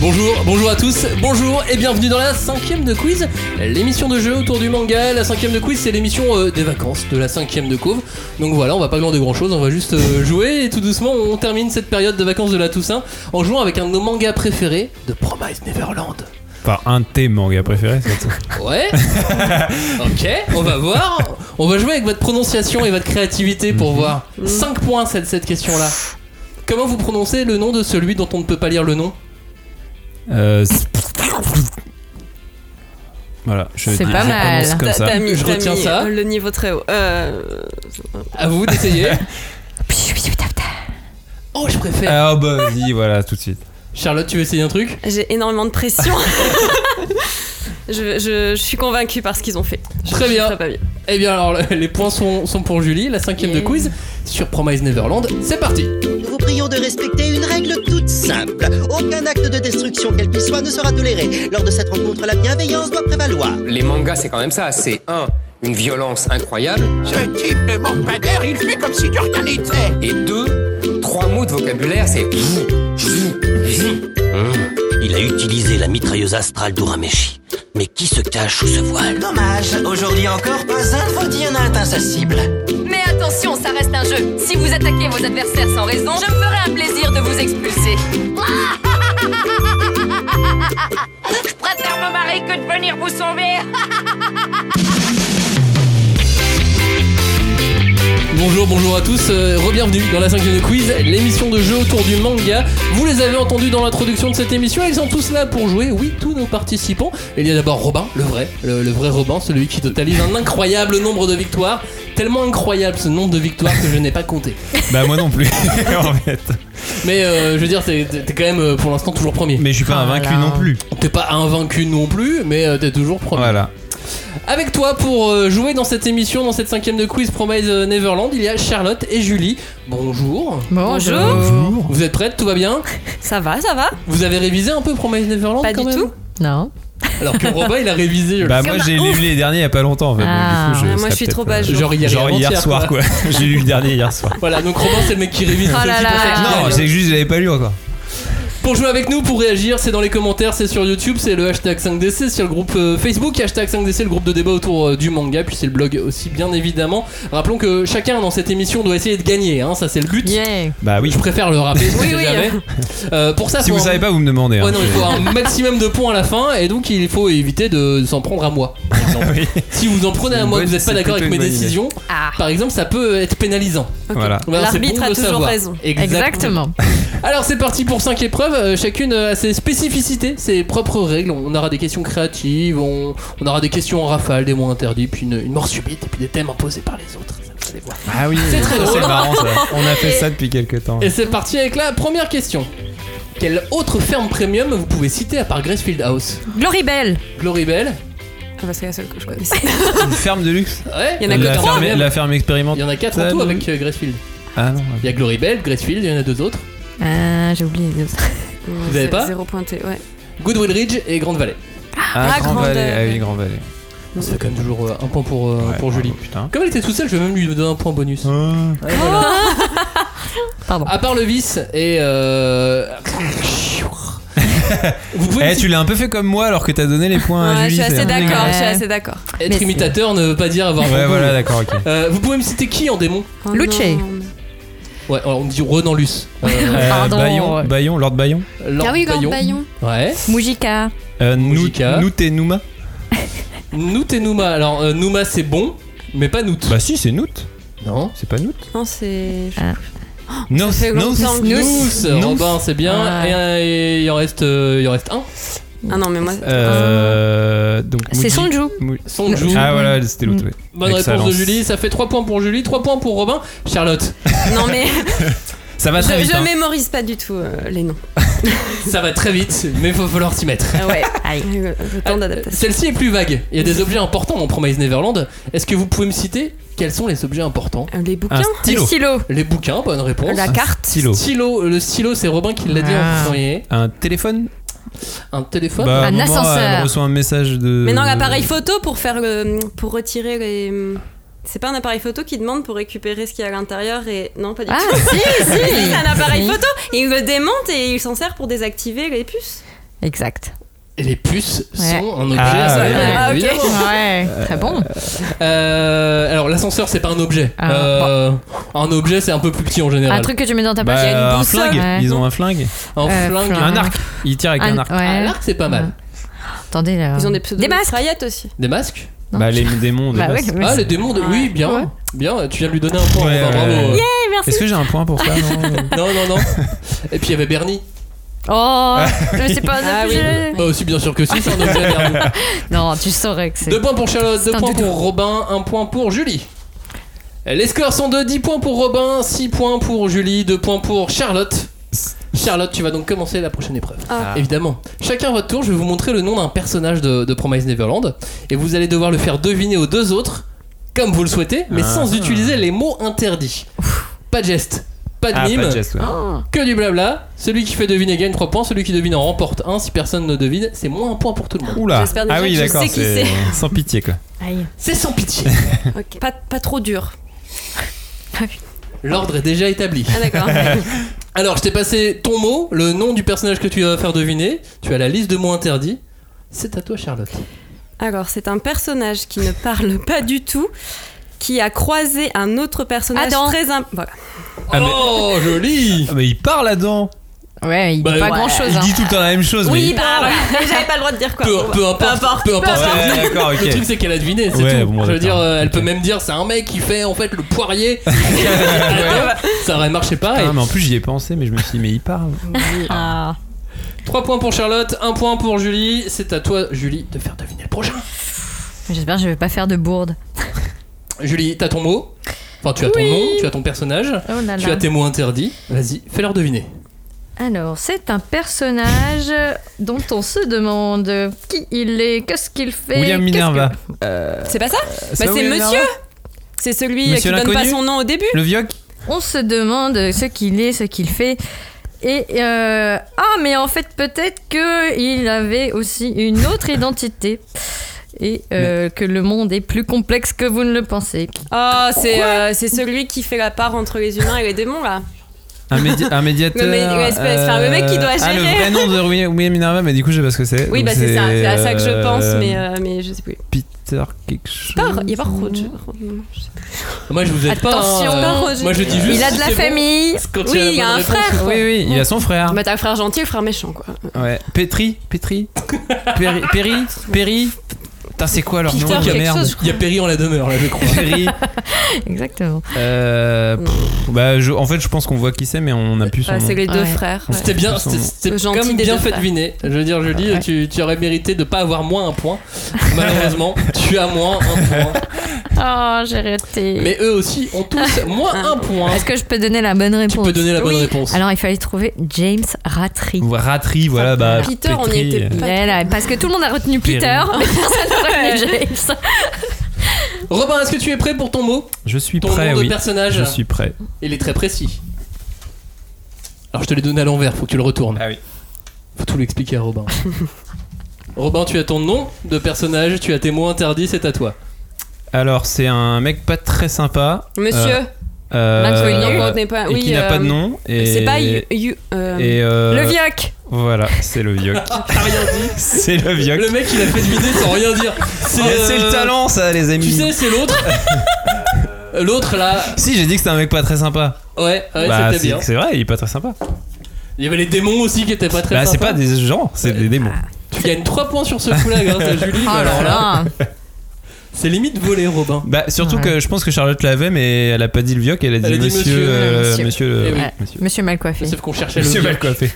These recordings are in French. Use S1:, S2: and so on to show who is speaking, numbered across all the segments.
S1: Bonjour, bonjour à tous, bonjour et bienvenue dans la cinquième de quiz, l'émission de jeu autour du manga. La cinquième de quiz, c'est l'émission euh, des vacances de la cinquième de couve. Donc voilà, on va pas glander grand chose, on va juste euh, jouer et tout doucement on termine cette période de vacances de la Toussaint en jouant avec un de nos mangas préférés, de Promise Neverland.
S2: Enfin, un de tes mangas préférés, c'est ça.
S1: Ouais. ok, on va voir. On va jouer avec votre prononciation et votre créativité pour voir. 5 points cette, cette question-là. Comment vous prononcez le nom de celui dont on ne peut pas lire le nom
S2: Euh, c'est- voilà, je
S3: C'est
S2: dis-
S3: pas
S2: je
S3: mal.
S2: commence
S3: T'as-
S2: Comme ça.
S4: T'as mis,
S1: Je
S4: t'as
S1: retiens
S4: mis,
S1: ça.
S4: euh, le niveau très haut. Euh,
S1: À vous d'essayer. oh, je préfère.
S2: Ah bah vas-y, voilà, tout de suite.
S1: Charlotte, tu veux essayer un truc
S4: J'ai énormément de pression. je, je- je suis convaincue par ce qu'ils ont fait. Je-
S1: Très
S4: je
S1: bien.
S4: ferai pas mieux.
S1: Eh bien, alors, les points sont, sont pour Julie, la cinquième de
S4: Yeah.
S1: quiz sur Promise Neverland. C'est parti.
S5: Nous vous prions de respecter une règle toute simple. Aucun acte de destruction, quel qu'il soit, ne sera toléré. Lors de cette rencontre, la bienveillance doit prévaloir.
S6: Les mangas, c'est quand même ça. C'est un, une violence incroyable.
S7: Ce type ne manque pas d'air, il fait comme si de rien n'était.
S6: Et deux, trois mots de vocabulaire, c'est.
S8: Il a utilisé la mitrailleuse astrale d'Urameshi. Mais qui se cache sous ce voile
S5: Dommage, aujourd'hui encore, pas un fauteuil n'est insassible.
S3: Mais attention, ça reste un jeu. Si vous attaquez vos adversaires sans raison, je me ferai un plaisir de vous expulser. Je préfère me marier que de venir vous sauver.
S1: Bonjour, bonjour à tous, euh, re-bienvenue dans la cinquième de quiz, l'émission de jeu autour du manga. Vous les avez entendus dans l'introduction de cette émission, ils sont tous là pour jouer, oui, tous nos participants. Il y a d'abord Robin, le vrai, le, le vrai Robin, celui qui totalise un incroyable nombre de victoires, tellement incroyable ce nombre de victoires que je n'ai pas compté.
S2: Bah moi non plus, en fait.
S1: Mais euh, je veux dire, t'es t'es- t'es quand même euh, pour l'instant toujours premier.
S2: Mais je suis pas invaincu non plus.
S1: T'es pas invaincu non plus, mais euh, t'es toujours premier.
S2: Voilà.
S1: Avec toi pour euh, jouer dans cette émission, dans cette cinquième de quiz Promise euh, Neverland, il y a Charlotte et Julie. Bonjour.
S4: Bonjour.
S2: Bonjour.
S1: Vous êtes prêtes Tout va bien
S4: Ça va, ça va
S1: Vous avez révisé un peu Promise Neverland
S4: Pas
S1: Oh, quand
S4: du
S1: même
S4: tout.
S3: Non.
S1: Alors que Robin il a révisé. je le
S2: Bah
S1: sais.
S2: moi j'ai lu les derniers il y a pas longtemps en fait. donc,
S3: Ah.
S2: du coup,
S4: Ah, moi,
S2: serais
S4: je suis
S2: peut-être,
S4: trop à
S2: euh,
S4: jour.
S1: Genre hier,
S2: Genre hier
S1: avant-hier,
S2: soir quoi. j'ai lu le dernier hier soir.
S1: Voilà, donc Robin c'est le mec qui révise.
S4: Oh
S1: c'est
S4: là
S1: aussi pour ça
S4: là.
S1: qu'il a
S2: Non,
S1: bien-
S2: c'est juste j'avais pas lu encore.
S1: Pour jouer avec nous, pour réagir, c'est dans les commentaires, c'est sur YouTube, c'est le hashtag 5DC, c'est le groupe euh, Facebook, hashtag 5DC, le groupe de débat autour euh, du manga, puis c'est le blog aussi, bien évidemment. Rappelons que chacun dans cette émission doit essayer de gagner, hein, ça c'est le but.
S3: Yeah.
S2: Bah oui.
S1: Je préfère le rappeler, je
S4: Oui,
S1: sais
S4: oui.
S1: jamais. Euh, pour ça,
S2: Si
S1: faut
S2: vous
S1: un-
S2: savez pas vous me demandez. hein.
S1: Ouais, non, il faut un maximum de points à la fin et donc il faut éviter de s'en prendre à moi. par exemple.
S2: Oui.
S1: Si vous en prenez
S2: C'est
S1: à
S2: une
S1: moi,
S2: bonne-
S1: vous n'êtes pas
S2: c'est
S1: d'accord avec
S2: plutôt
S1: mes
S2: une bonne idée.
S1: décisions,
S3: Ah.
S1: par exemple, ça peut être pénalisant.
S2: Voilà.
S1: Voilà, c'est
S4: L'arbitre
S1: bon
S4: a
S1: de le
S4: toujours
S1: savoir.
S4: raison.
S3: Exactement.
S1: Alors c'est parti pour 5 épreuves, euh, chacune euh, a ses spécificités, ses propres règles, on aura des questions créatives, on, on aura des questions en rafale, des mots interdits, puis une, une mort subite, et puis des thèmes imposés par les autres. Ça, vous allez voir.
S2: Ah oui.
S1: C'est très
S2: ça,
S1: drôle.
S2: C'est marrant ça. On a fait ça depuis quelques temps.
S1: Et c'est parti avec la première question. Quelle autre ferme premium vous pouvez citer à part Gracefield House
S3: Glory Bell.
S1: Glory Bell
S4: Ah, bah, c'est la seule que je connais.
S2: Une ferme de luxe.
S1: Ouais,
S4: Il y en a que
S2: la,
S4: trois,
S2: ferme,
S1: même.
S2: la ferme
S1: Il y
S2: expérimentale.
S1: en a 4 en tout avec euh, Gracefield.
S2: Ah non.
S1: Il y a Glory Bell, Gracefield, il y en a deux autres.
S3: Ah, j'ai oublié.
S1: Vous avez pas
S4: Zéro pointé, ouais.
S1: Goodwill Ridge et Grande Vallée.
S2: Ah,
S4: Ah,
S2: Grand
S4: Grand
S2: Valais.
S4: Valais.
S2: Ah oui, Grand Valais.
S1: Ça fait quand même toujours euh, un point pour, euh,
S2: Ouais,
S1: pour Julie.
S2: bravo, Ah. Putain.
S1: Comme elle était toute seule, je vais même lui donner un point bonus. Ouais, voilà.
S3: Pardon.
S1: À part le vice et euh... Vous pouvez
S2: Eh, tu l'as un peu fait comme moi alors que t'as donné les points
S4: Ouais,
S2: à
S4: je
S2: Julie.
S4: suis assez
S2: c'est-
S4: d'accord,
S3: Ouais.
S4: je suis assez d'accord.
S1: être
S3: Mais
S1: imitateur ne veut pas dire avoir.
S2: Ouais,
S1: bon
S2: voilà,
S1: goût.
S2: d'accord, ok.
S1: Euh, vous pouvez me citer qui en démon
S4: Oh
S3: Luce.
S4: non.
S1: Ouais, alors on dit Renan Luce. Euh,
S2: Euh,
S3: Pardon.
S2: Bayon, Bayon, Lord Bayon.
S1: Lord
S4: Ah oui, Grand
S1: Bayon.
S4: Bayon.
S1: Ouais.
S3: Mujika.
S2: Euh, Nout
S1: Mujika.
S2: Nout et Nouma.
S1: Nout et Nouma. Alors euh, Nouma c'est bon, mais pas Nout.
S2: Bah si, c'est Nout.
S1: non.
S2: C'est pas Nout.
S4: Non, c'est.
S2: Non,
S4: Oh, fait
S2: non,
S4: longtemps que-
S1: Nous, Robin c'est bien.
S3: Ouais.
S1: Et, euh, et il en reste, euh, il en reste un.
S4: Ah non, mais moi.
S2: Euh, donc
S3: C'est
S2: Muji-
S3: Sonju.
S2: Mu-
S1: Sonju.
S2: Ah voilà, c'était l'autre. ouais.
S1: Bonne réponse
S2: Excellence.
S1: de Julie. Ça fait 3 points pour Julie, 3 points pour Robin. Charlotte,
S4: Non, mais
S2: Ça va très
S4: je,
S2: vite.
S4: je
S2: hein.
S4: mémorise pas du tout euh, les noms.
S1: ça va très vite, mais faut falloir s'y mettre.
S4: Ah ouais,
S3: Aïe.
S2: Euh,
S4: le temps d'adaptation.
S1: Celle-ci est plus vague. Il y a des objets importants en Promise Neverland. Est-ce que vous pouvez me citer quels sont les objets importants
S4: Euh, Les bouquins
S2: Un stylo. Oh,
S3: Stylo.
S1: Les bouquins, bonne réponse.
S4: La carte
S2: Stylo.
S1: Stylo, le stylo, c'est Robin qui l'a dit
S3: Ah.
S1: en premier.
S2: Un téléphone
S1: Un téléphone.
S2: bah, à
S3: Un
S2: moment,
S3: ascenseur.
S2: Elle reçoit un message de.
S4: Mais non, l'appareil photo pour faire le, pour retirer les. C'est pas un appareil photo qui demande pour récupérer ce qu'il y a à l'intérieur et non pas du
S3: Ah,
S4: tout.
S3: si, si.
S4: C'est un appareil
S3: Si.
S4: photo. Il le démonte et il s'en sert pour désactiver les puces.
S9: Exact.
S1: Et les puces
S9: Ouais.
S1: sont un objet.
S2: Ah,
S1: ça,
S2: ouais.
S1: euh,
S9: Ah, ok.
S1: évidemment.
S9: Ouais, très bon.
S2: euh,
S1: Euh, alors l'ascenseur c'est pas un objet.
S9: Ah.
S1: Euh, Un objet c'est un peu plus petit en général.
S9: Un truc que tu mets dans ta
S2: Bah,
S9: poche. Il y a une
S2: un
S9: boussole.
S2: flingue.
S9: Ouais.
S2: Ils ont un flingue.
S1: Un
S9: Euh,
S1: flingue.
S9: flingue.
S2: Un arc. Ils tirent avec un,
S9: Un-
S2: arc.
S1: Ah,
S9: ouais.
S1: l'arc c'est pas mal.
S9: Attendez là.
S4: Ils ont des pseudos
S9: Des
S4: de
S9: masques.
S4: mitraillettes aussi.
S1: Des masques
S9: Non.
S2: Bah, les démons.
S9: Bah
S2: dépassent.
S9: oui, mais
S1: Ah
S9: c'est-
S1: les démons de... Oui bien.
S9: Ouais.
S1: Bien, tu viens de lui donner un point.
S2: Ouais,
S4: Bah,
S1: enfin,
S2: ouais,
S1: bravo.
S2: ouais.
S9: merci.
S2: Est-ce que j'ai un point pour ça non
S1: Non, non, non. Et puis il y avait Bernie.
S9: Oh, je sais pas.
S4: Ah oui.
S9: je-
S1: Bah aussi bien sûr que si, c'est un objet Bernie.
S9: Non, tu saurais que c'est.
S1: Deux points pour Charlotte, deux
S9: C'est un
S1: points
S9: doudou.
S1: pour Robin, un point pour Julie. Les scores sont de 10 points pour Robin, 6 points pour Julie, 2 points pour Charlotte. Charlotte, tu vas donc commencer la prochaine épreuve.
S4: Ah.
S1: Évidemment. Chacun à votre tour, je vais vous montrer le nom d'un personnage de, de Promise Neverland. Et vous allez devoir le faire deviner aux deux autres, comme vous le souhaitez, mais
S2: Ah.
S1: sans utiliser les mots interdits. Pas de geste, pas de
S2: Ah,
S1: mime,
S2: pas de geste, ouais.
S1: que du blabla. Celui qui fait deviner gagne 3 points, celui qui devine en remporte 1. Si personne ne devine, c'est moins un point pour tout le monde.
S2: Oula.
S4: J'espère déjà
S2: Ah oui,
S4: que je
S2: d'accord.
S4: sais qui
S2: C'est sans pitié, quoi.
S9: Aïe.
S1: C'est sans pitié.
S4: Ok. Pas, pas trop dur.
S1: L'ordre est déjà établi.
S4: Ah d'accord.
S1: Alors, je t'ai passé ton mot, le nom du personnage que tu vas faire deviner. Tu as la liste de mots interdits. C'est à toi, Charlotte.
S4: Alors, c'est un personnage qui ne parle pas du tout, qui a croisé un autre personnage
S9: Adam.
S4: très imp... Voilà.
S2: Ah, mais-
S1: Oh, joli
S2: Ah, mais il parle là-dedans.
S9: Ouais, il dit
S1: Bah,
S9: pas hein.
S1: ouais.
S9: grand chose.
S2: Il dit tout le temps la même chose.
S4: hein. Oui,
S2: mais-
S4: bah, voilà. Mais j'avais pas le droit de dire quoi.
S1: peu,
S4: Bon,
S1: peu
S4: bah,
S1: importe, peu importe.
S2: Ouais, d'accord, ok.
S1: Le truc c'est qu'elle a deviné, c'est
S2: Ouais,
S1: tout.
S2: bon,
S1: Je veux dire,
S2: d'accord.
S1: euh, elle
S2: Ok.
S1: peut même dire c'est un mec qui fait en fait le poirier. Ça aurait marché pareil.
S2: Ah, mais en plus, j'y ai pensé, mais je me suis dit, mais il parle.
S4: bah.
S9: Ah.
S1: 3 points pour Charlotte, 1 point pour Julie. C'est à toi, Julie, de faire deviner le prochain.
S9: J'espère que je vais pas faire de bourde.
S1: Julie, t'as ton mot. Enfin, tu as ton nom, tu as ton personnage,
S9: Oh là
S1: tu as tes mots interdits. Vas-y, fais-leur deviner.
S9: Alors, c'est un personnage dont on se demande qui il est, qu'est-ce qu'il fait.
S2: William
S9: qu'est-ce
S2: Minerva.
S9: que-
S4: C'est pas ça
S2: C'est
S4: Bah,
S2: pas
S4: c'est
S2: William
S4: monsieur
S2: Minerva
S4: C'est celui
S2: Monsieur
S4: qui donne
S2: l'inconnu
S4: pas son nom au début
S2: Le vieux
S9: On se demande ce qu'il est, ce qu'il fait. Et euh, ah, mais en fait, peut-être que il avait aussi une autre identité. Et euh, que le monde est plus complexe que vous ne le pensez.
S4: Oh, c'est euh, c'est celui qui fait la part entre les humains et les démons là.
S2: Un, médi- un médiateur.
S4: Le mé- ouais, c'est pas- c'est un mec qui doit
S2: Ah, le
S4: gérer.
S2: vrai nom de William William Minerva, mais du coup, je sais pas ce que c'est.
S4: Oui,
S2: Donc
S4: bah c'est ça, c'est à ça que je pense,
S2: euh,
S4: mais, euh, mais je sais plus.
S2: Peter quelque chose.
S4: Pas, il y a pas Roger. non, je sais
S1: Moi je vous aide pas.
S9: Attention,
S1: hein,
S4: pas
S1: euh,
S4: Roger.
S1: Moi je dis juste.
S9: Il a
S1: si
S9: de la
S1: c'est bon.
S9: famille.
S1: Quand
S4: Oui,
S1: tu as la
S4: il y a
S1: bonne
S4: un
S1: réponse.
S4: frère.
S2: Oui, oui, il a son frère.
S4: pas. Bah t'as le frère gentil et le frère méchant quoi.
S2: Ouais. Petri Petri Perry Perry Perry Putain, c'est quoi leur
S4: Peter
S2: nom de
S4: quelque
S2: merde
S4: chose, je
S1: Il y a Perry en la demeure là, je crois.
S2: Perry.
S9: Exactement.
S2: Euh, pff, bah, je- en fait, je pense qu'on voit qui c'est, mais on a plus son
S4: Ah,
S2: nom.
S4: Mm. c'est les deux
S9: Ouais.
S4: frères.
S1: C'était bien, c'était-
S4: Le
S1: c'était
S4: gentil
S1: comme
S4: des
S1: bien
S4: deux
S1: fait
S4: frères.
S1: deviner. Je veux dire, Julie, tu, tu aurais mérité de pas avoir moins un point. Malheureusement, tu as moins un point.
S9: Oh, j'ai raté.
S1: Mais eux aussi ont tous moins un point.
S9: Est-ce que je peux donner la bonne réponse
S1: Oh. Tu peux donner la bonne
S9: Oui.
S1: réponse.
S9: Alors, il fallait trouver James Rattray.
S2: Ou Ratri, voilà, bah.
S4: Peter, on y
S2: Petri,
S4: était
S2: euh,
S4: pas.
S9: Ouais, là, parce que tout le monde a retenu
S2: Perry.
S9: Peter, mais personne n'a retenu James.
S1: Robin, est-ce que tu es prêt pour ton mot
S2: Je suis
S1: Ton
S2: prêt,
S1: nom
S2: oui.
S1: de personnage
S4: euh.
S2: Je suis prêt.
S1: Il est très précis. Alors je te l'ai donné à l'envers, faut que tu le retournes.
S2: Ah oui.
S1: Faut tout l'expliquer à Robin. Robin, tu as ton nom de personnage, tu as tes mots interdits, c'est à toi.
S2: Alors, c'est un mec pas très sympa.
S4: Monsieur,
S2: Euh,
S4: Max
S2: euh,
S4: Williams, on n'est pas-
S2: et
S4: oui,
S2: qui n'a
S4: euh,
S2: pas de nom. Et,
S4: c'est pas you, You- euh,
S2: et, euh,
S4: le vioc.
S2: Voilà, c'est le vieux.
S1: Ah, T'as rien dit
S2: c'est le vieux.
S1: Le mec, il a fait deviner sans rien dire. C'est
S2: Mais
S1: euh,
S2: c'est le talent, ça, les amis.
S1: Tu sais, c'est l'autre. l'autre là,
S2: si, j'ai dit que c'était un mec pas très sympa.
S1: ouais,
S4: Ah
S1: ouais,
S2: Bah,
S1: c'était
S2: c'est
S1: bien.
S2: c'est vrai, il est pas très sympa.
S1: Il y avait les démons aussi qui étaient pas très
S2: bah, c'est
S1: sympas.
S2: pas des gens, c'est des démons.
S1: Tu gagnes 3 points sur ce coup-là grâce à Julie.
S9: Oh
S1: Ah, alors
S9: là
S1: là,
S9: là.
S1: c'est limite volé, Robin.
S2: Bah, surtout
S9: Ouais.
S2: que je pense que Charlotte l'avait, mais elle a pas dit le vieux, elle a dit,
S1: Elle a dit
S2: monsieur.
S1: monsieur.
S2: euh,
S9: Monsieur.
S2: monsieur, euh,
S1: Eh
S2: oui,
S9: Ouais.
S2: monsieur.
S9: Monsieur mal coiffé.
S1: Sauf qu'on cherchait
S2: Monsieur
S1: le
S2: mal coiffé.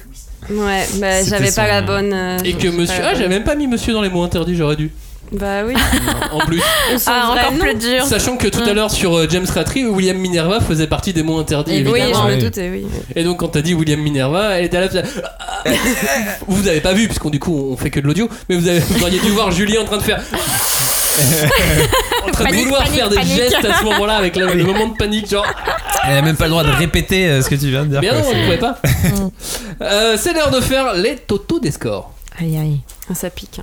S4: Ouais, bah
S2: C'était
S4: j'avais pas
S2: son-
S4: la bonne. euh,
S1: Et que
S4: j'avais pas
S1: monsieur.
S4: la
S1: Ah, j'avais
S4: bonne.
S1: même pas mis monsieur dans les mots interdits, j'aurais dû.
S4: Bah oui.
S1: En plus.
S9: Ah, encore plus dur.
S1: Sachant que tout à
S9: Hum.
S1: l'heure sur euh, James Rattray, William Minerva faisait partie des mots interdits,
S4: Et oui,
S1: évidemment.
S4: je me
S2: Oui.
S4: doutais, oui.
S1: Et donc quand t'as dit William Minerva, elle était là. elle faisait, Ah vous avez pas vu, puisqu'on du coup on fait que de l'audio, mais vous, avez, vous auriez dû voir Julie en train de faire. en train de
S9: Panique,
S1: vouloir
S9: panique,
S1: faire des
S9: panique.
S1: gestes à ce moment-là avec le, le moment de panique, genre.
S2: Elle a même pas le droit de répéter euh, ce que tu viens de dire.
S1: Bien
S2: quoi,
S1: non, on
S2: Ah, c'est-
S1: ne pouvait pas. Euh, C'est l'heure de faire les totaux des scores.
S9: Aïe, aïe.
S4: Ah, Ça pique.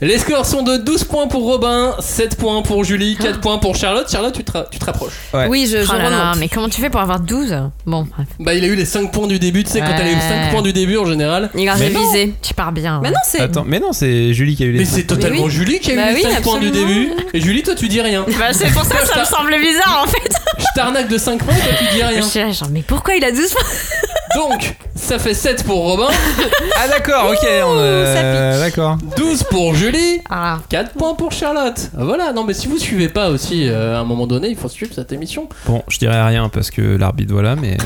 S1: Les scores sont de 12 points pour Robin, 7 points pour Julie, 4 points pour Charlotte. Charlotte, tu te, ra- tu te rapproches.
S2: Ouais.
S9: Oui, je,
S4: je remonte.
S9: Oh mais comment tu fais pour avoir 12 Bon, bref.
S1: Bah, il a eu les 5 points du début, tu sais, quand
S9: Ouais.
S1: t'as les 5 points du début en général.
S4: Il a
S2: Mais
S4: révisé.
S9: tu pars bien. hein.
S4: Mais non, c'est.
S2: Attends, mais non, c'est Julie qui a eu les.
S1: Mais c'est totalement
S4: oui.
S1: Julie qui a eu
S4: Bah
S1: les
S4: oui,
S1: 5 points du début.
S4: absolument.
S1: Et Julie, toi, tu dis rien.
S9: Bah, c'est pour ça que ça me semble bizarre en fait.
S1: Je t'arnaque de 5 points, toi, tu dis
S9: Je
S1: rien.
S9: suis là, genre, mais pourquoi il a 12 points
S1: Donc, ça fait 7 pour Robin,
S2: Ah d'accord, ok. on, euh, D'accord.
S1: 12 pour Julie,
S9: Ah,
S1: 4 points pour Charlotte. Voilà, non mais si vous suivez pas aussi euh, à un moment donné, il faut suivre cette émission.
S2: Bon, je dirais rien parce que l'arbitre voilà, mais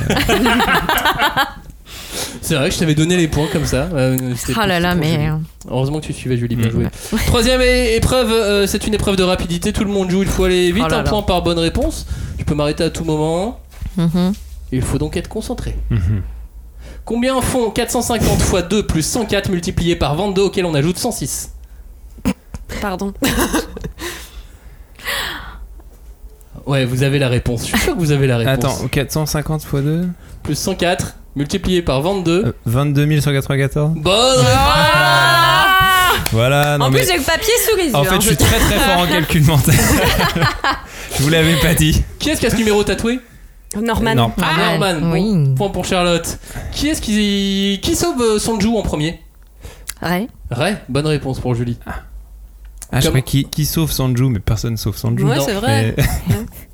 S1: C'est vrai que je t'avais donné les points comme ça. euh, c'était
S9: oh là
S1: plus-
S9: là,
S1: c'était trop
S9: mais.
S1: joli.
S9: euh,
S1: Heureusement que tu suivais Julie, bien
S2: Mmh.
S1: joué. Troisième é- épreuve, euh, c'est une épreuve de rapidité, tout le monde joue, il faut aller vite,
S9: Oh là
S1: un
S9: là.
S1: point par bonne réponse. Je peux m'arrêter à tout moment, hein.
S9: mhm.
S1: il faut donc être concentré.
S2: euh,
S1: Combien font 450 x 2 plus 104 multiplié par 22 auquel on ajoute 106
S4: Pardon.
S1: Ouais, vous avez la réponse, je suis sûr que vous avez la réponse.
S2: attends, 450 x 2
S1: Plus 104 multiplié par 22.
S2: euh, 22 194.
S1: Bonne réponse
S2: Voilà, Ah, non
S4: Ah. en
S2: mais
S4: plus, j'ai le papier sous les yeux.
S2: en
S4: hein,
S2: fait, je
S4: je-
S2: suis très très fort en calcul mental. je vous l'avais pas dit.
S1: Qui est-ce qui a ce numéro tatoué
S4: Norman.
S2: Non.
S9: Ah,
S1: Norman, bon,
S9: oui.
S1: point pour Charlotte. Qui est-ce qui, qui sauve euh, Sanju en premier
S9: Ouais.
S1: Ray, bonne réponse pour Julie.
S2: Ah, je
S1: Comment-
S2: crois qui, qui sauve Sanju, mais personne sauve Sanju.
S4: Ouais,
S1: Non,
S4: c'est vrai.
S2: Mais-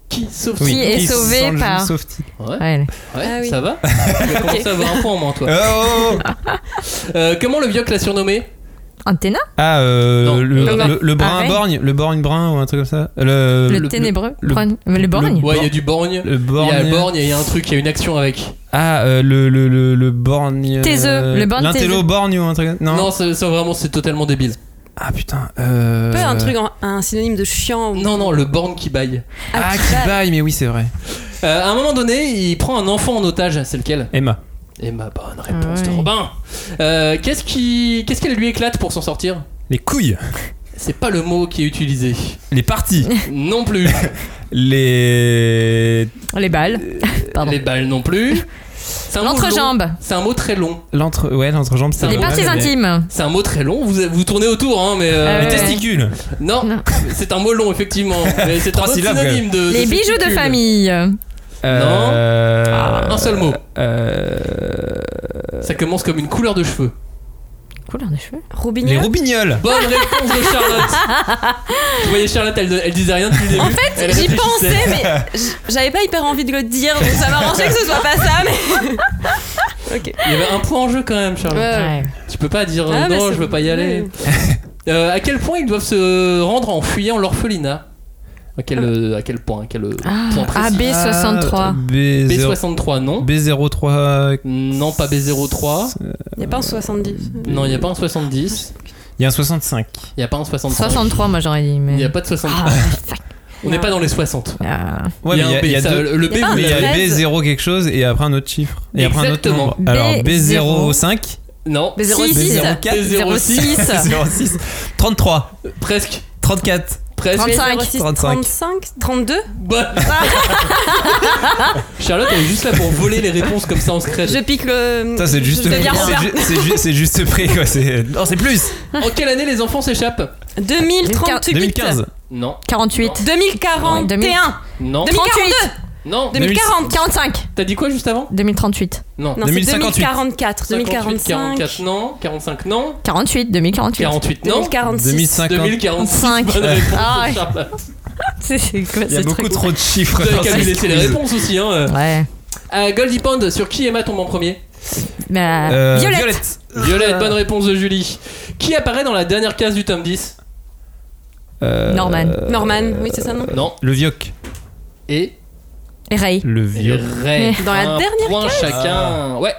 S1: Qui sauve
S2: oui,
S9: est sauvé
S2: Sanju
S9: par-
S2: sauve-t-il
S1: Ouais,
S9: Ouais.
S1: ouais,
S4: Ah oui.
S1: ça va Tu vas commencer à avoir un point en moins, toi.
S2: Oh, oh, oh.
S1: Euh, comment le Vioc l'a surnommé
S9: Antenna
S2: Ah, euh,
S1: Non,
S2: le,
S1: le-
S2: le- le brun
S9: Arrête.
S2: borgne, le borgne brun ou un truc comme ça. Euh, Le,
S9: Euh, Le,
S1: le-
S9: ténébreux
S2: le-
S9: Prone- Le, borgne
S1: Ouais, il y a du borgne.
S2: le
S1: Il y
S2: borgne.
S1: a le borgne et il y a un truc, il y a une action avec.
S2: Ah, euh, le, le, le, le borgne.
S9: Taiseux,
S2: euh,
S9: le borgne
S2: L'intello
S9: taiseux.
S2: borgne ou un truc. Non.
S1: Non, c'est c'est vraiment, c'est totalement débile.
S2: Ah putain. Euh...
S4: Peu un truc, en- un synonyme de chiant. ou-
S1: Non, non, le borgne qui baille.
S2: Ah,
S4: Ah,
S2: qui
S4: bah,
S2: baille, mais oui, c'est vrai.
S1: Euh, à un moment donné, il prend un enfant en otage, c'est lequel
S2: Emma.
S1: Et ma bonne réponse de
S9: Ah ouais.
S1: Robin. Euh, qu'est-ce qui, qu'est-ce qu'elle lui éclate pour s'en sortir
S2: Les couilles.
S1: C'est pas le mot qui est utilisé.
S2: Les parties.
S1: Non plus.
S2: les.
S9: Les balles. Pardon.
S1: Les balles non plus. C'est un mot
S9: L'entrejambe.
S1: long. C'est un mot très long.
S2: L'entre. Ouais, l'entrejambe, c'est
S1: Les
S9: Les
S2: bon,
S9: parties
S2: mais-
S9: intimes.
S1: C'est un mot très long. Vous vous tournez autour, hein, mais euh,
S9: Euh,
S2: Les
S9: Ouais.
S2: testicules.
S1: non,
S9: Non.
S1: c'est un mot long effectivement. Mais c'est un
S2: Trois
S1: autre
S2: syllabes,
S1: synonyme de.
S9: Les
S1: de
S9: bijoux de
S1: testicule.
S9: famille.
S2: Euh,
S1: Ah, un seul mot.
S2: euh,
S1: Ça commence comme une couleur de cheveux.
S9: Couleur des cheveux.
S2: Les
S4: Robignol.
S2: roubignoles.
S1: Bonne réponse de Charlotte. Vous voyez Charlotte, elle, elle disait rien depuis le début. En fait,
S4: J'y pensais, mais j- j'avais pas hyper envie de le dire, donc ça m'arrangeait que ce soit pas ça, mais.
S1: Il y avait un point en jeu quand même, Charlotte.
S9: Ouais.
S1: Tu peux pas dire euh,
S4: Ah, mais
S1: non,
S4: c'est-
S1: je veux pas y aller.
S4: Oui.
S1: Euh, à quel point ils doivent se rendre en fuyant l'orphelinat à quel, euh, à quel point à quel euh,
S9: Ah,
S1: point précis
S2: Ah,
S9: AB63.
S2: B0-
S1: B63, non.
S2: B03.
S1: Non, pas B03.
S4: Il y a pas un 70.
S1: Non, il n'y a pas un 70.
S2: Il y a un 65.
S1: Il n'y a pas un 65.
S9: 63, moi j'aurais dit.
S1: Il
S9: Mais...
S1: n'y a pas de 60.
S9: Ah,
S1: On n'est pas dans les 60.
S9: Ah.
S2: Ouais,
S1: il y a
S2: mais
S1: un B.
S2: il y a
S1: ça,
S2: deux-
S1: le- le B,
S4: Il y a
S1: vous
S4: un
S2: Mais il y
S1: l'avez.
S2: a
S4: treize.
S2: B0 quelque chose et après un autre chiffre. Et après un autre
S1: Exactement.
S2: nombre. Alors
S9: B0.
S2: B05,
S1: Non,
S9: B06.
S1: B06.
S9: 06.
S2: 06, 33,
S1: presque.
S2: 34.
S1: Presque.
S9: 35.
S4: 06,
S2: 35.
S4: 35, 32
S1: Bah.
S4: Ah,
S1: Charlotte, elle est juste là pour voler les réponses comme ça en secret.
S4: Je pique le.
S2: Ça, c'est juste
S4: Je deviens
S2: C'est
S4: Robert.
S2: ju- c'est ju- c'est juste près quoi. c'est- Non, c'est plus.
S1: En quelle année les enfants s'échappent
S4: 2038.
S2: 2015.
S1: Non,
S9: 48.
S4: 2041.
S1: non,
S4: 2042.
S1: non.
S4: 2040.
S9: 45.
S1: T'as dit quoi juste avant
S9: 2038.
S1: Non.
S4: Non, c'est
S2: 2058.
S4: 2044.
S1: 58, 44
S4: 2045.
S1: non, 45 non,
S9: 48, 2048.
S1: 48 non,
S4: 2046.
S2: 2050.
S1: 2045. Bonne
S9: Ouais.
S1: réponse,
S9: Ah ouais.
S1: Charlotte.
S9: C'est c'est quoi
S2: Il y a
S9: ce
S2: beaucoup
S9: truc
S2: trop de chiffres.
S1: Vous avez
S2: dans
S1: qu'à
S2: ce
S1: lui laisser les
S2: quiz.
S1: réponses aussi. Hein. euh.
S9: Ouais.
S1: Euh, Goldie Pond, sur qui Emma tombe en premier
S9: Mais,
S2: Euh,
S9: Violette. Ah.
S1: Violette, bonne réponse de Julie. Qui apparaît dans la dernière case du tome 10
S2: Euh,
S9: Norman.
S4: Norman, oui, c'est ça, non
S1: Non.
S2: Le Vioc.
S1: Et
S2: Euh,
S9: Et Ray.
S2: Le Vioc.
S1: euh, Ray.
S4: Dans la
S1: Un
S4: dernière
S1: point
S9: Ah.
S1: chacun. Ouais.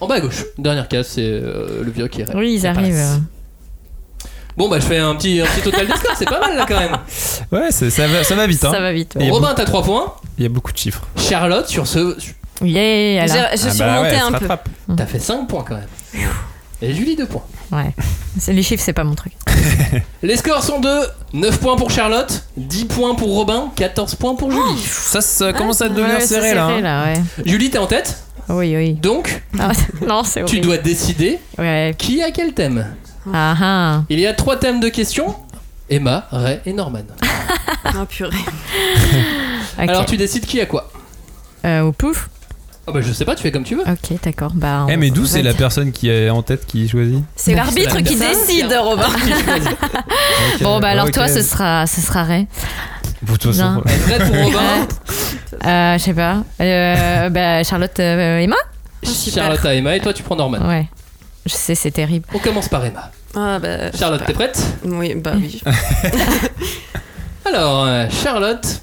S1: En bas à gauche. Dernière case, c'est euh, le vieux qui est Ray.
S9: Oui, ils
S1: Ça
S9: arrivent.
S1: passe. Bon, bah je fais un petit, un petit total des scores, c'est pas mal là quand même.
S2: Ouais, c'est- ça va, ça va vite. hein.
S9: Ça va vite.
S2: Et-
S9: Ouais.
S1: Robin, t'as 3 points.
S2: Il y a beaucoup de chiffres.
S1: Charlotte, sur ce.
S9: Yeah,
S4: J'ai
S9: elle a-
S4: j'ai
S2: Ah bah ouais,
S4: surmonté
S2: elle se
S4: un peu.
S2: rattrape.
S1: T'as fait 5 points quand même. Et Julie, 2 points.
S9: Ouais. C'est- Les chiffres, c'est pas mon truc.
S1: Les scores sont de 9 points pour Charlotte, 10 points pour Robin, 14 points pour Julie.
S2: Ça, ça commence à devenir
S9: Ouais, c'est
S2: serré là. hein.
S9: ouais.
S1: Julie, t'es en tête,
S9: Oui, oui.
S1: donc
S9: Ah, non, c'est
S1: tu
S9: horrible.
S1: dois décider
S9: Ouais.
S1: qui a quel thème.
S9: Ah ah.
S1: Il y a trois thèmes de questions. Emma, Ray et Norman.
S4: Ah purée.
S9: Ok.
S1: Alors tu décides qui a quoi
S9: Euh, au pouf
S1: Ah bah je sais pas, tu fais comme tu veux.
S9: Ok, d'accord. Bah,
S2: Eh,
S9: on-
S2: mais d'où c'est la
S9: Ok.
S2: personne qui est en tête qui choisit
S4: C'est
S9: Bah,
S4: l'arbitre
S1: c'est la
S4: qui
S1: personne.
S4: décide, Robin.
S2: Ok,
S9: Bon, bah alors
S2: ok.
S9: toi, ce sera, ce sera Ray.
S2: Bon, de toute façon,
S1: Ray pour Robin,
S9: Euh, je sais pas. Euh, bah, Charlotte, euh, Emma
S4: super.
S1: Charlotte à Emma et toi tu prends Norman.
S9: Ouais. Je sais, c'est terrible.
S1: On commence par Emma.
S4: Ah bah.
S1: Charlotte, t'es prête
S4: Oui, bah oui.
S1: Alors, euh, Charlotte,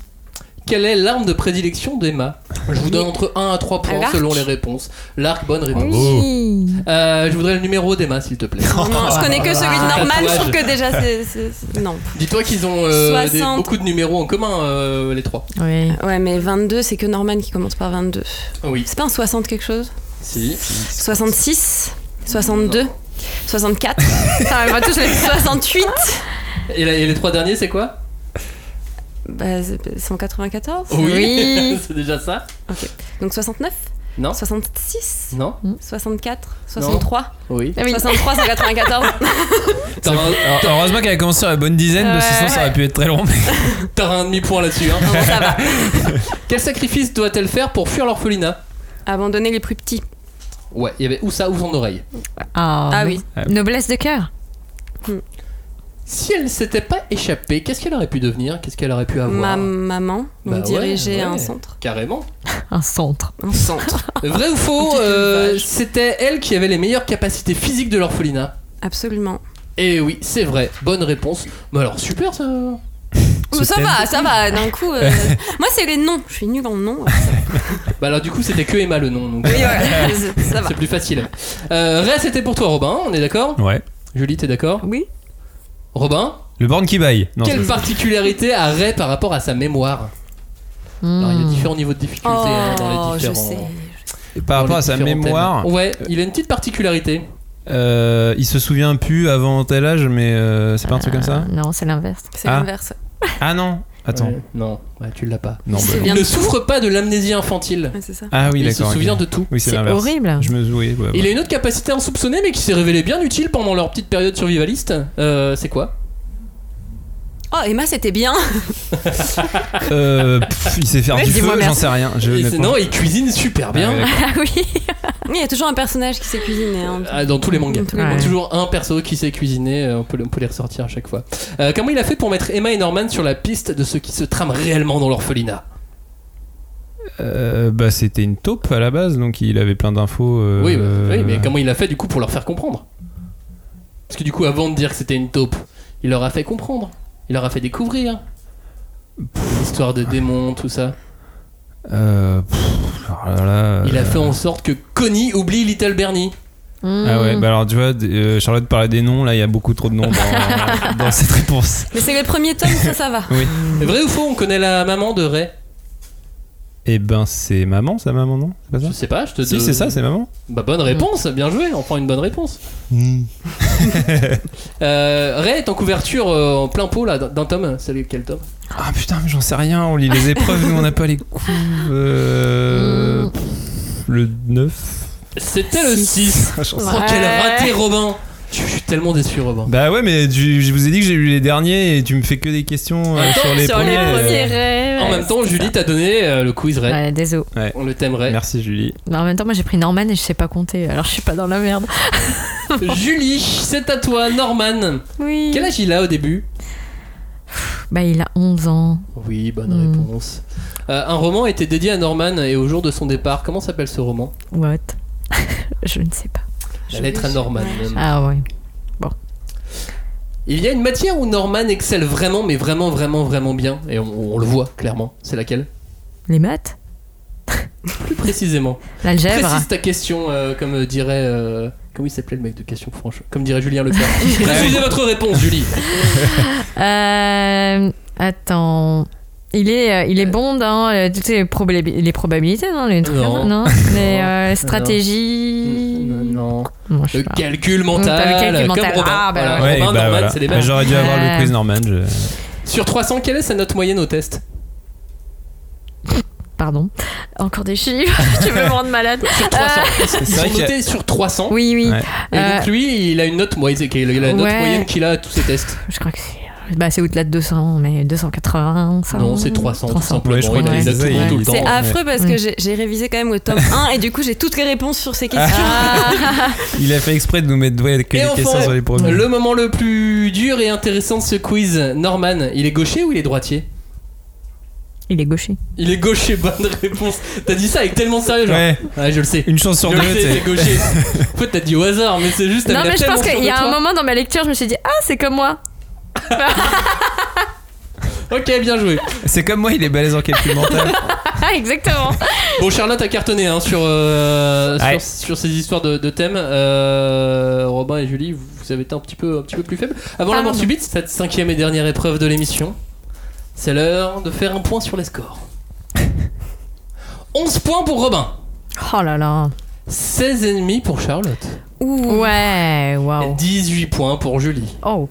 S1: quelle est l'arme de prédilection d'Emma Je vous donne entre 1 à 3 points
S4: L'arc.
S1: selon les réponses. L'arc, bonne réponse.
S2: Oh.
S9: Oui.
S1: Euh, je voudrais le numéro d'Emma, s'il te plaît.
S4: Non, non, je connais que celui de Norman, je trouve que déjà c'est. c'est- c'est- Non.
S1: Dis-toi qu'ils ont euh, des-
S4: 60.
S1: beaucoup de numéros en commun, euh, les trois.
S9: Oui.
S4: Ouais, mais 22, c'est que Norman qui commence par 22.
S1: Oui,
S4: C'est pas un 60 quelque chose
S1: si.
S4: 66 62 64 Enfin, on va tous les 68
S1: Et, la- et les trois derniers, c'est quoi
S4: Bah, c'est 194
S9: Oui.
S1: c'est déjà ça
S4: Donc 69
S1: Non
S4: 66
S1: Non
S4: 64 63
S1: Oui.
S9: Ah oui.
S4: 63 194
S1: T'auras un,
S2: Alors, heureusement qu'elle a commencé sur la bonne dizaine, parce que sinon
S9: Ouais.
S2: ça aurait pu être très long.
S1: t'auras un demi-point là-dessus. hein.
S4: Bon, ça va.
S1: Quel sacrifice doit-elle faire pour fuir l'orphelinat
S4: Abandonner les plus petits.
S1: Ouais, il y avait ou ça ou son oreille.
S9: Ah,
S4: Ah
S9: oui.
S4: oui.
S9: Noblesse de cœur.
S1: Si elle s'était pas échappée, qu'est-ce qu'elle aurait pu devenir Qu'est-ce qu'elle aurait pu
S4: Ma
S1: avoir
S4: maman, donc
S1: Bah ouais,
S4: diriger
S1: ouais.
S4: un centre.
S1: Carrément.
S9: Un centre.
S4: Un centre.
S1: Vrai ou faux,
S4: Quelle
S1: euh,
S4: vache.
S1: c'était elle qui avait les meilleures capacités physiques de l'orphelinat.
S4: Absolument.
S1: Et oui, c'est vrai, bonne réponse. Mais alors, super ça
S2: Ce
S4: Ouh, ça
S2: thème.
S4: va, ça va. D'un coup, euh, moi c'est les noms. Je suis nulle en noms.
S1: Bah alors, du coup, c'était que Emma le nom, donc euh,
S4: Oui, voilà. ça va.
S1: c'est plus facile. Euh, Ray, c'était pour toi, Robin, on est d'accord
S2: Ouais.
S1: Julie, t'es d'accord
S4: Oui.
S1: Robin,
S2: Le borne qui baille. Non,
S1: quelle particularité a Ray par rapport à sa mémoire Alors,
S9: Hmm.
S1: il y a différents niveaux de difficulté hein, dans
S4: Hmm. Oh,
S1: les
S4: je
S1: différents-
S4: sais.
S2: c'est- par
S1: dans
S2: rapport
S1: les
S2: à sa
S1: différents
S2: mémoire,
S1: thèmes. Ouais, il a une petite particularité.
S2: euh, il se souvient plus avant tel âge, mais euh, c'est pas un truc comme
S1: hein.
S2: ça
S9: Non, c'est l'inverse.
S4: C'est
S2: Ah.
S4: l'inverse.
S2: Ah non Attends.
S1: Ouais. Non, ouais, tu l'as pas.
S2: Non,
S4: Il se
S2: bah-
S1: Il
S4: souvient
S1: ne
S4: de tout.
S1: souffre pas de l'amnésie infantile.
S4: Ouais, c'est ça.
S2: Ah oui,
S1: il se
S2: d'accord. ok.
S1: souvient de tout.
S2: Oui, c'est
S9: C'est
S2: l'inverse.
S9: horrible.
S2: Je me oui, ouais,
S1: Il
S2: bah.
S1: a une autre capacité insoupçonnée mais qui s'est révélée bien utile pendant leur petite période survivaliste. Euh, c'est quoi
S4: Oh, Emma, c'était bien.
S2: Euh, pff, il sait faire
S9: Ouais,
S2: du
S9: dis-moi
S2: feu, j'en
S9: merci.
S2: sais rien. Je,
S1: Et c'est-
S2: honnêtement-
S1: Non, il cuisine super
S2: Ah, ouais,
S1: bien.
S2: d'accord.
S9: Ah oui.
S4: Il y a toujours un personnage qui s'est cuisiné. hein.
S1: Ah, dans tous les mangas.
S4: Dans tous
S9: les
S1: Il y a
S9: mangas.
S1: Toujours un perso qui sait cuisiner, euh, on peut, on peut les ressortir à chaque fois. Euh, comment il a fait pour mettre Emma et Norman sur la piste de ce qui se trame réellement dans l'orphelinat
S2: Euh, bah, c'était une taupe à la base, donc il avait plein d'infos. euh,
S1: oui, bah, oui, mais comment il a fait du coup pour leur faire comprendre Parce que du coup, avant de dire que c'était une taupe, il leur a fait comprendre, il leur a fait découvrir. L'histoire de démons, tout ça.
S2: Euh, pff, alors là,
S1: Il a
S2: euh,
S1: fait en sorte que Connie oublie Little Bernie.
S2: Ah
S9: Hmm.
S2: ouais, bah alors tu vois, d- euh, Charlotte parlait des noms, là il y a beaucoup trop de noms dans, dans cette réponse.
S4: Mais c'est les premiers tomes, ça, ça va.
S1: Vrai ou faux, on connaît la maman de Ray
S2: Eh ben c'est maman, sa maman, non C'est pas ça
S1: Je sais pas, je te
S2: Si,
S1: te-
S2: c'est ça, c'est maman.
S1: Bah, bonne réponse, bien joué, on prend une bonne réponse. Euh, Ray est en couverture euh, en plein pot là, d'un d'un tome. C'est lequel tome
S2: Ah putain, mais j'en sais rien, on lit les épreuves, nous on n'a pas les coups.
S1: Hmm.
S2: Euh, Le 9
S1: C'était le 6. Oh,
S9: Ouais.
S1: quel raté, Robin Je je suis tellement déçu, Robin.
S2: Bah ouais, mais tu- je vous ai dit que j'ai lu les derniers et tu me fais que des questions euh,
S1: Attends,
S2: sur les
S1: sur les
S2: premiers. euh.
S1: premiers. en même temps, Julie t'a donné euh, le quiz Ray.
S9: Ouais, désolé.
S1: On le t'aimerait.
S2: Merci Julie.
S9: Mais en même temps, moi j'ai pris Norman et je sais pas compter, alors je suis pas dans la merde.
S1: Julie, c'est à toi, Norman.
S9: Oui.
S1: Quel âge il a au début
S9: Bah, il a 11 ans.
S1: Oui, bonne
S9: Hmm.
S1: réponse. Euh, un roman était dédié à Norman et au jour de son départ. Comment s'appelle ce roman
S9: What Je ne sais pas.
S1: La lettre à Norman. même.
S9: Ah ouais.
S1: Il y a une matière où Norman excelle vraiment, mais vraiment, vraiment, vraiment bien. Et on, on le voit clairement. C'est laquelle
S9: Les maths
S1: Plus précisément.
S9: L'algèbre
S1: Précise ta question, euh, comme dirait. euh, comment il s'appelait le mec de question franche Comme dirait Julien Leclerc. Précisez votre réponse, Julie.
S9: Euh, Attends. Il est, euh, il est bon dans euh, toutes les, probabi- les probabilités, non les trucs
S1: Non.
S9: comme ça, non Les euh,
S1: Non.
S9: stratégies.
S1: non. Euh,
S9: Bon, je
S1: Le
S9: sais Hmm. pas.
S1: calcul mental.
S9: Le calcul
S1: Comme
S9: mental.
S1: Robin.
S9: Ah, bah
S1: Voilà,
S9: ouais.
S1: Robin,
S2: bah,
S1: Norman,
S2: voilà.
S1: c'est les
S2: Mais
S1: mêmes.
S2: J'aurais dû avoir
S9: Ouais.
S2: le quiz Norman. je-
S1: Sur 300, quelle est sa note moyenne au test
S9: Pardon. Encore des chiffres. tu veux me rendre malade.
S1: Sur 300. Ils
S10: vrai
S1: sont
S10: qu'il y a-
S1: notés sur 300.
S9: Euh, Oui, oui.
S10: Ouais.
S1: Et
S9: Euh,
S1: donc lui, il a une note moyenne, il a la note
S9: Ouais.
S1: moyenne qu'il a à tous ses tests.
S9: je crois que c'est. Bah, c'est au-delà de 200, mais 280, ça.
S1: Non, c'est 300, tout simplement.
S10: Ouais, je crois
S1: il
S9: qu'il
S1: les a
S10: les
S1: tout
S10: a,
S1: le
S10: il
S1: temps, tout le
S10: les
S1: temps.
S10: a.
S4: C'est
S10: Ouais.
S4: affreux parce que
S9: Mm.
S4: j'ai- j'ai révisé quand même le tome 1 et du coup j'ai toutes les réponses sur ces questions.
S10: Il a fait exprès de nous mettre ouais, que
S1: Et
S10: les
S1: enfin,
S10: questions sur les premiers.
S1: Le moment le plus dur et intéressant de ce quiz, Norman, il est gaucher ou il est droitier
S9: Il est gaucher.
S1: Il est gaucher, bonne réponse. T'as dit ça avec tellement de sérieux, genre.
S10: Ouais,
S1: Ouais, je le sais.
S10: une chance sur deux.
S1: je le sais,
S10: t'es-
S1: t'es gaucher. en fait, t'as dit au hasard, mais c'est juste.
S9: Non,
S1: t'avais la
S9: mais je
S1: tellement
S9: pense
S1: sûre
S9: qu'il
S1: de
S9: y a un
S1: toi.
S9: moment dans ma lecture, je me suis dit Ah, c'est comme moi.
S1: Ok, bien joué.
S10: C'est comme moi, il est balèze en calcul mental.
S9: Ah, exactement.
S1: Bon, Charlotte a cartonné hein, sur, euh,
S10: Ouais.
S1: sur, sur ces histoires de, de thèmes. Euh, Robin et Julie, vous, vous avez été un petit peu, un petit peu plus faibles. Avant la mort
S9: Pardon.
S1: subite, cette cinquième et dernière épreuve de l'émission, c'est l'heure de faire un point sur les scores. 11 points pour Robin,
S9: Oh là là.
S1: 16 ennemis pour Charlotte,
S4: Ouh,
S9: Ouais, waouh.
S1: 18 points pour Julie.
S9: Oh.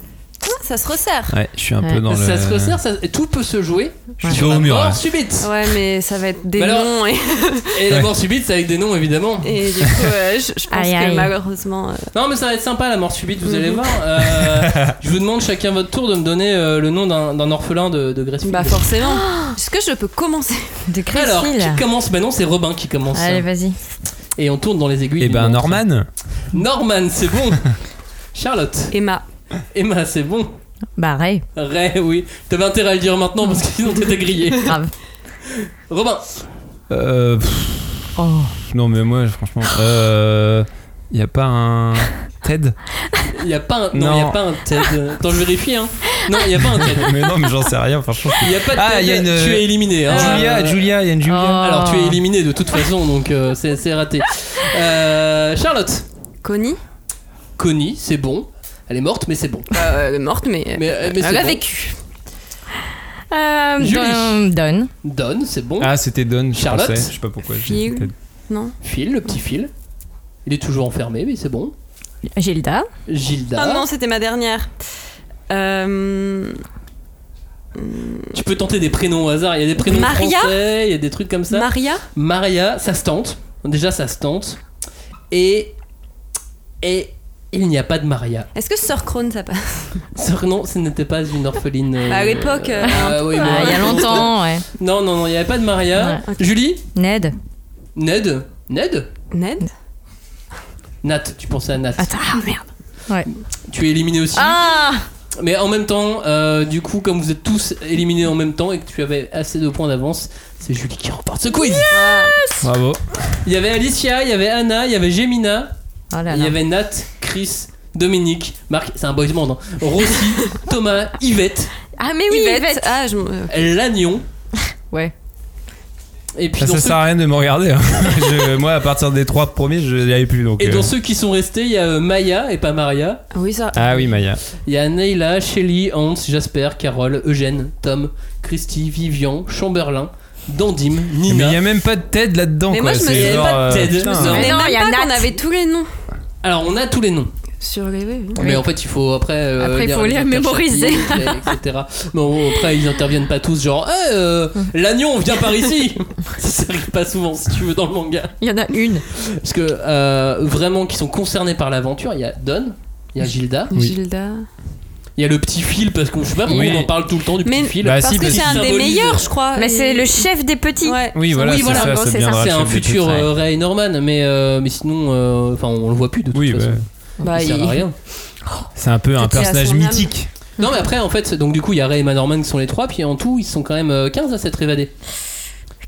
S4: ça se resserre.
S10: Ouais, je suis un peu
S9: Ouais.
S10: dans
S1: ça
S10: le.
S1: se resserre, ça- et tout peut se jouer
S10: Je suis
S1: sur
S10: dos
S1: la
S10: au mur.
S1: mort
S10: là.
S1: subite.
S4: Ouais, mais ça va être des
S1: Bah alors-
S4: noms et,
S1: Et la
S10: Ouais.
S1: mort subite, c'est avec des noms évidemment.
S4: et du coup euh, je, je pense
S9: Aïe,
S4: que
S9: aïe.
S4: malheureusement. euh,
S1: Non mais ça va être sympa la mort subite, vous
S10: Mhm.
S1: allez voir. Euh, je vous demande chacun votre tour de me donner euh, le nom d'un d'un orphelin de, de Gracefield.
S4: bah forcément. Est-ce que je peux commencer
S9: De
S1: Alors,
S9: Gracie, là.
S1: qui commence Bah non, c'est Robin qui commence. hein.
S9: Allez, vas-y.
S1: Et on tourne dans les aiguilles.
S10: Et
S1: du
S10: ben,
S1: monde.
S10: Norman.
S1: Norman, c'est bon. Charlotte.
S4: Emma.
S1: Emma, c'est bon.
S9: Bah, Ray.
S1: Ray, oui. T'avais intérêt à le dire maintenant parce que sinon t'étais grillé.
S9: Grave.
S1: Robin.
S10: Euh, pff,
S9: Oh.
S10: non, mais moi, franchement. Euh. Y a pas un. Ted
S1: Il y a pas un. Non,
S10: Non.
S1: il y a pas un Ted. Attends, je vérifie. Hein. Non, il y a pas un Ted.
S10: Mais non, mais j'en sais rien, franchement.
S1: Il y a pas de
S10: Ah,
S1: Ted.
S10: il y a une-
S1: Tu es éliminé. Hein.
S10: Julia,
S1: Euh,
S10: Julia, il y a une Julia.
S9: Oh.
S1: Alors tu es éliminé de toute façon, donc euh, c'est c'est raté. Euh, Charlotte.
S4: Connie.
S1: Connie, c'est bon. Elle est morte, mais c'est bon.
S4: Euh, elle est morte mais,
S1: Mais, euh, mais c'est
S4: elle a
S1: bon.
S4: vécu.
S9: Euh,
S1: Julie.
S9: Don. Don.
S1: Don, c'est bon.
S10: Ah, c'était Don, je
S1: Charlotte
S10: pensais. Je sais pas pourquoi. j'ai dit
S4: Phil.
S10: Ted.
S4: Non.
S1: Phil, le petit Phil. Il est toujours enfermé, mais c'est bon.
S9: Gilda.
S1: Gilda.
S4: Ah non, c'était ma dernière. Euh,
S1: tu peux tenter des prénoms au hasard. Il y a des prénoms
S4: Maria
S1: français, il y a des trucs comme ça.
S4: Maria.
S1: Maria, ça se tente. Déjà, ça se tente. Et. Et. Il n'y a pas de Maria.
S4: Est-ce que Sœur Crone ça passe
S1: Ce non, ce n'était pas une orpheline. euh,
S4: À l'époque, euh,
S1: Ah, oui,
S9: Ah,
S1: bon,
S9: Il y a
S1: ouais.
S9: longtemps, ouais.
S1: Non, non, non, il n'y avait pas de Maria. Julie
S9: Ned.
S1: Ned Ned
S4: Ned.
S1: Nat, tu pensais à Nat.
S9: Attends, ah, merde.
S1: Tu es éliminé aussi.
S9: Ah
S1: Mais en même temps, euh, du coup, comme vous êtes tous éliminés en même temps et que tu avais assez de points d'avance, c'est Julie qui remporte ce quiz.
S9: Ah.
S4: Ah,
S10: Bravo.
S1: Il y avait Alicia, il y avait Anna, il y avait Gemina,
S9: Oh là
S1: il y
S9: là.
S1: avait Nat, Chris, Dominique, Marc, c'est un boys band, hein, Rossi, Thomas, Yvette,
S9: Ah, mais oui,
S4: Yvette.
S9: Yvette.
S4: Ah, je m-
S1: Lagnon.
S9: Ouais.
S1: Et puis
S10: Ça,
S1: dans
S10: ça
S1: ceux-
S10: sert à rien de me regarder. hein. Je- moi, à partir des trois premiers, je n'y avais plus. Donc,
S1: et
S10: euh,
S1: dans ceux qui sont restés, il y a euh, Maya et pas Maria.
S4: Ah oui, ça.
S10: Ah oui, Maya.
S1: Il y a Neila, Shelly, Hans, Jasper, Carole, Eugène, Tom, Christy, Vivian, Chamberlain, Dandim,
S10: Mais
S1: Nina.
S10: il n'y a même pas de Ted là-dedans.
S4: Mais
S10: quoi.
S4: moi, je me
S10: C'est
S1: souviens
S10: genre,
S1: pas de
S10: euh,
S1: Ted. Je me
S10: putain.
S9: souviens-
S4: Mais
S9: Mais non,
S4: même
S9: il y a
S4: pas qu'on
S9: Nat.
S4: avait tous les noms
S1: Alors on a tous les noms.
S4: sur les. oui, oui.
S1: Mais en fait, il faut après. euh,
S9: Après, il faut les
S1: cartes
S9: mémoriser.
S1: chapitres, etc. Bon, après, ils interviennent pas tous, genre, Eh, euh, l'agnon, viens par ici Ça, ça arrive pas souvent, si tu veux, dans le manga.
S9: Il y en a une.
S1: Parce que euh, vraiment, qui sont concernés par l'aventure, il y a Don. Il y a Gilda,
S10: Oui.
S4: Gilda.
S1: il y a le petit fil parce qu'on je sais pas pourquoi
S10: Oui.
S1: on en parle tout le temps du
S4: Mais-
S1: petit fil.
S10: Bah, Ah,
S4: Parce
S10: si,
S4: que
S10: parce
S4: c'est
S1: qu'il
S4: un des
S1: symbolise.
S4: meilleurs, je
S1: Ah,
S4: crois.
S9: Mais
S4: Et-
S9: c'est le chef des petits.
S4: Ouais.
S10: Oui, voilà,
S1: Oui,
S10: c'est
S1: voilà,
S10: ça,
S9: bon,
S10: ça
S9: c'est
S10: deviendra
S1: C'est un
S10: chef de
S1: futur
S10: titre.
S1: euh, Ray Norman, mais euh, mais sinon, euh, enfin, on le voit plus de toute
S10: Oui,
S1: façon.
S10: bah,
S4: Bah,
S1: il sert à
S4: il-
S1: rien.
S10: c'est un peu un
S4: C'était à
S10: personnage
S4: son âme.
S10: mythique.
S1: Non, mais après, en fait, donc du coup, il y a Ray et Norman qui sont les trois, puis en tout, ils sont quand même euh, 15 à s'être évadés.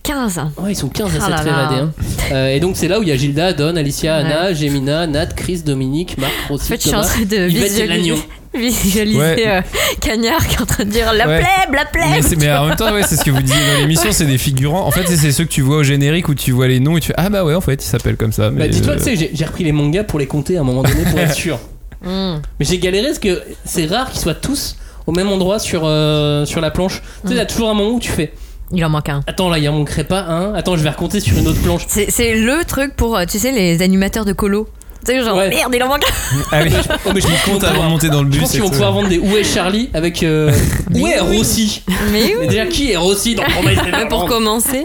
S9: 15.
S1: Ouais, ils sont 15 à
S9: Ah
S1: s'être
S9: là là.
S1: évadés. hein. Euh, et donc, c'est là où il y a Gilda, Don, Alicia, Anna, Gemina, Nat, Chris, Dominique, Marc,
S9: En
S1: Rossi,
S9: fait, je suis en
S1: Thomas.
S9: train de
S1: Yvette et l'agneau.
S9: visualiser, visualiser,
S10: Ouais.
S9: euh, Cagnard qui est en train de dire la
S10: Ouais.
S9: plèbe, la plèbe.
S10: Mais, c'est- mais en même temps, ouais, c'est ce que vous disiez dans l'émission, c'est des figurants. En fait, c'est- c'est ceux que tu vois au générique où tu vois les noms et tu fais Ah bah ouais, en fait, ils s'appellent comme ça.
S1: Bah,
S10: Mais
S1: dis-toi,
S10: euh,
S1: tu sais, j'ai- j'ai repris les mangas pour les compter à un moment donné pour être sûr.
S9: Mm.
S1: Mais j'ai galéré parce que c'est rare qu'ils soient tous au même endroit sur, euh, sur la planche. Tu sais, t'as toujours un moment où tu fais
S9: Il en manque un.
S1: Attends, là, il en manquerait pas un. Attends, je vais raconter sur une autre planche.
S9: C'est c'est le truc pour, euh, tu sais, les animateurs de colo. Tu sais, genre,
S1: Ouais.
S9: merde, il en manque un.
S10: Ah oui,
S1: Oh, mais je pense qu'ils vont
S10: t'as
S1: pouvoir-
S10: remonté dans le
S1: je
S10: bus.
S1: pense qu'ils
S10: et
S1: vont
S10: tout.
S1: pouvoir vendre des Où est Charlie avec euh, Où est Rossi
S9: Mais oui.
S1: Mais déjà, qui est Rossi dans Promesse des
S4: Pour
S1: Vacances
S4: commencer.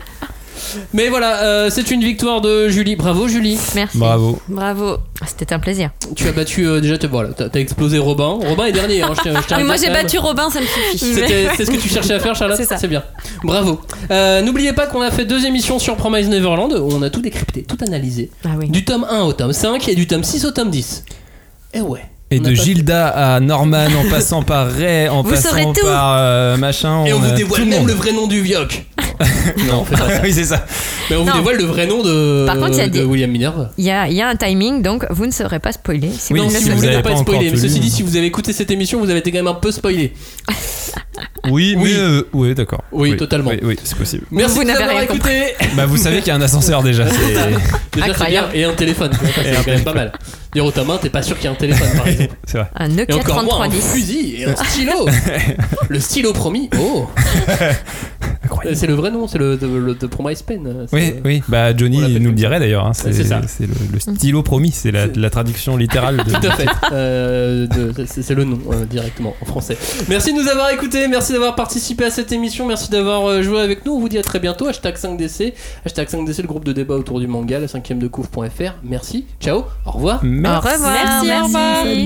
S1: Mais voilà, euh, c'est une victoire de Julie. Bravo Julie.
S9: Merci.
S2: Bravo.
S4: Bravo.
S9: C'était un plaisir.
S1: Tu as battu euh, déjà, te- voilà, t'as t'as explosé Robin. Robin est dernier. hein, je tiens- je
S9: Ah,
S1: tiens à
S4: Ah, Mais
S1: le
S4: moi
S1: dire
S4: j'ai
S1: quand même.
S4: battu Robin, ça me suffit.
S1: C'était- C'est ce que tu cherchais à faire, Charlotte
S4: C'est ça.
S1: bien. Bravo. Euh, N'oubliez pas qu'on a fait deux émissions sur Promise Neverland où on a tout décrypté, tout analysé.
S9: Ah oui.
S1: Du tome 1 au tome 5 et du tome 6 au tome 10. Et ouais.
S2: Et
S1: On
S2: de
S1: n'a pas-
S2: Gilda à Norman, en passant par Ray, en
S9: Vous saurez
S2: passant
S9: tout.
S2: par euh, machin.
S1: Et on,
S2: a
S1: vous
S2: tout
S1: dévoile même le vrai nom du Vioc. non, on fait pas ça.
S2: oui, c'est ça.
S1: Mais on vous
S9: Non.
S1: dévoile le vrai nom de,
S9: Par contre, il y a
S1: de
S9: des-
S1: William Minerva.
S9: Il y a, il y a un timing, donc vous ne serez pas spoilé. Si
S2: Oui,
S9: vous
S1: non,
S9: ne le
S1: si
S2: vous
S1: vous
S9: savez
S2: avez
S1: n'êtes
S2: pas
S1: pas
S2: encore
S1: spoilé. Mais
S2: tout
S1: ceci
S2: lu.
S1: dit, si vous avez écouté cette émission, vous avez été quand même un peu spoilé.
S2: Oui, mais.
S1: Oui.
S2: euh, oui, d'accord.
S1: Oui, totalement.
S2: Oui, oui, c'est possible.
S1: Merci
S9: Vous
S1: de nous
S9: n'avez
S1: avoir
S9: rien
S1: écouté.
S2: bah, vous savez qu'il y a un ascenseur déjà. c'est-
S1: Déjà, c'est bien.
S9: Incroyable.
S1: Et un téléphone. Ça, C'est
S2: un
S1: quand même pas mal. Dire au tome 1, t'es pas sûr qu'il y a un téléphone, par exemple.
S2: C'est vrai.
S9: Un Nokia
S1: Et encore oh, moins un
S9: 3310.
S1: fusil et un stylo. le stylo promis. Oh. Euh,
S2: Incroyable.
S1: C'est le vrai nom, c'est le de, le- de Promise Pen. euh,
S2: Oui,
S1: c'est-
S2: oui. Bah, Johnny
S1: on l'appelle
S2: nous le
S1: comme
S2: dirait d'ailleurs. hein,
S1: C'est ça.
S2: C'est le, le stylo promis. C'est la, la traduction littérale de.
S1: Tout à fait. Euh, de- c'est c'est le nom euh, directement en français. Merci de nous avoir écoutés, merci d'avoir participé à cette émission, merci d'avoir euh, joué avec nous. On vous dit à très bientôt. Hashtag 5DC, hashtag 5DC, le groupe de débat autour du manga, la 5 de couvre.fr. Merci, ciao, au revoir.
S2: Merci.
S9: Au revoir.
S4: Merci, au revoir.
S9: merci.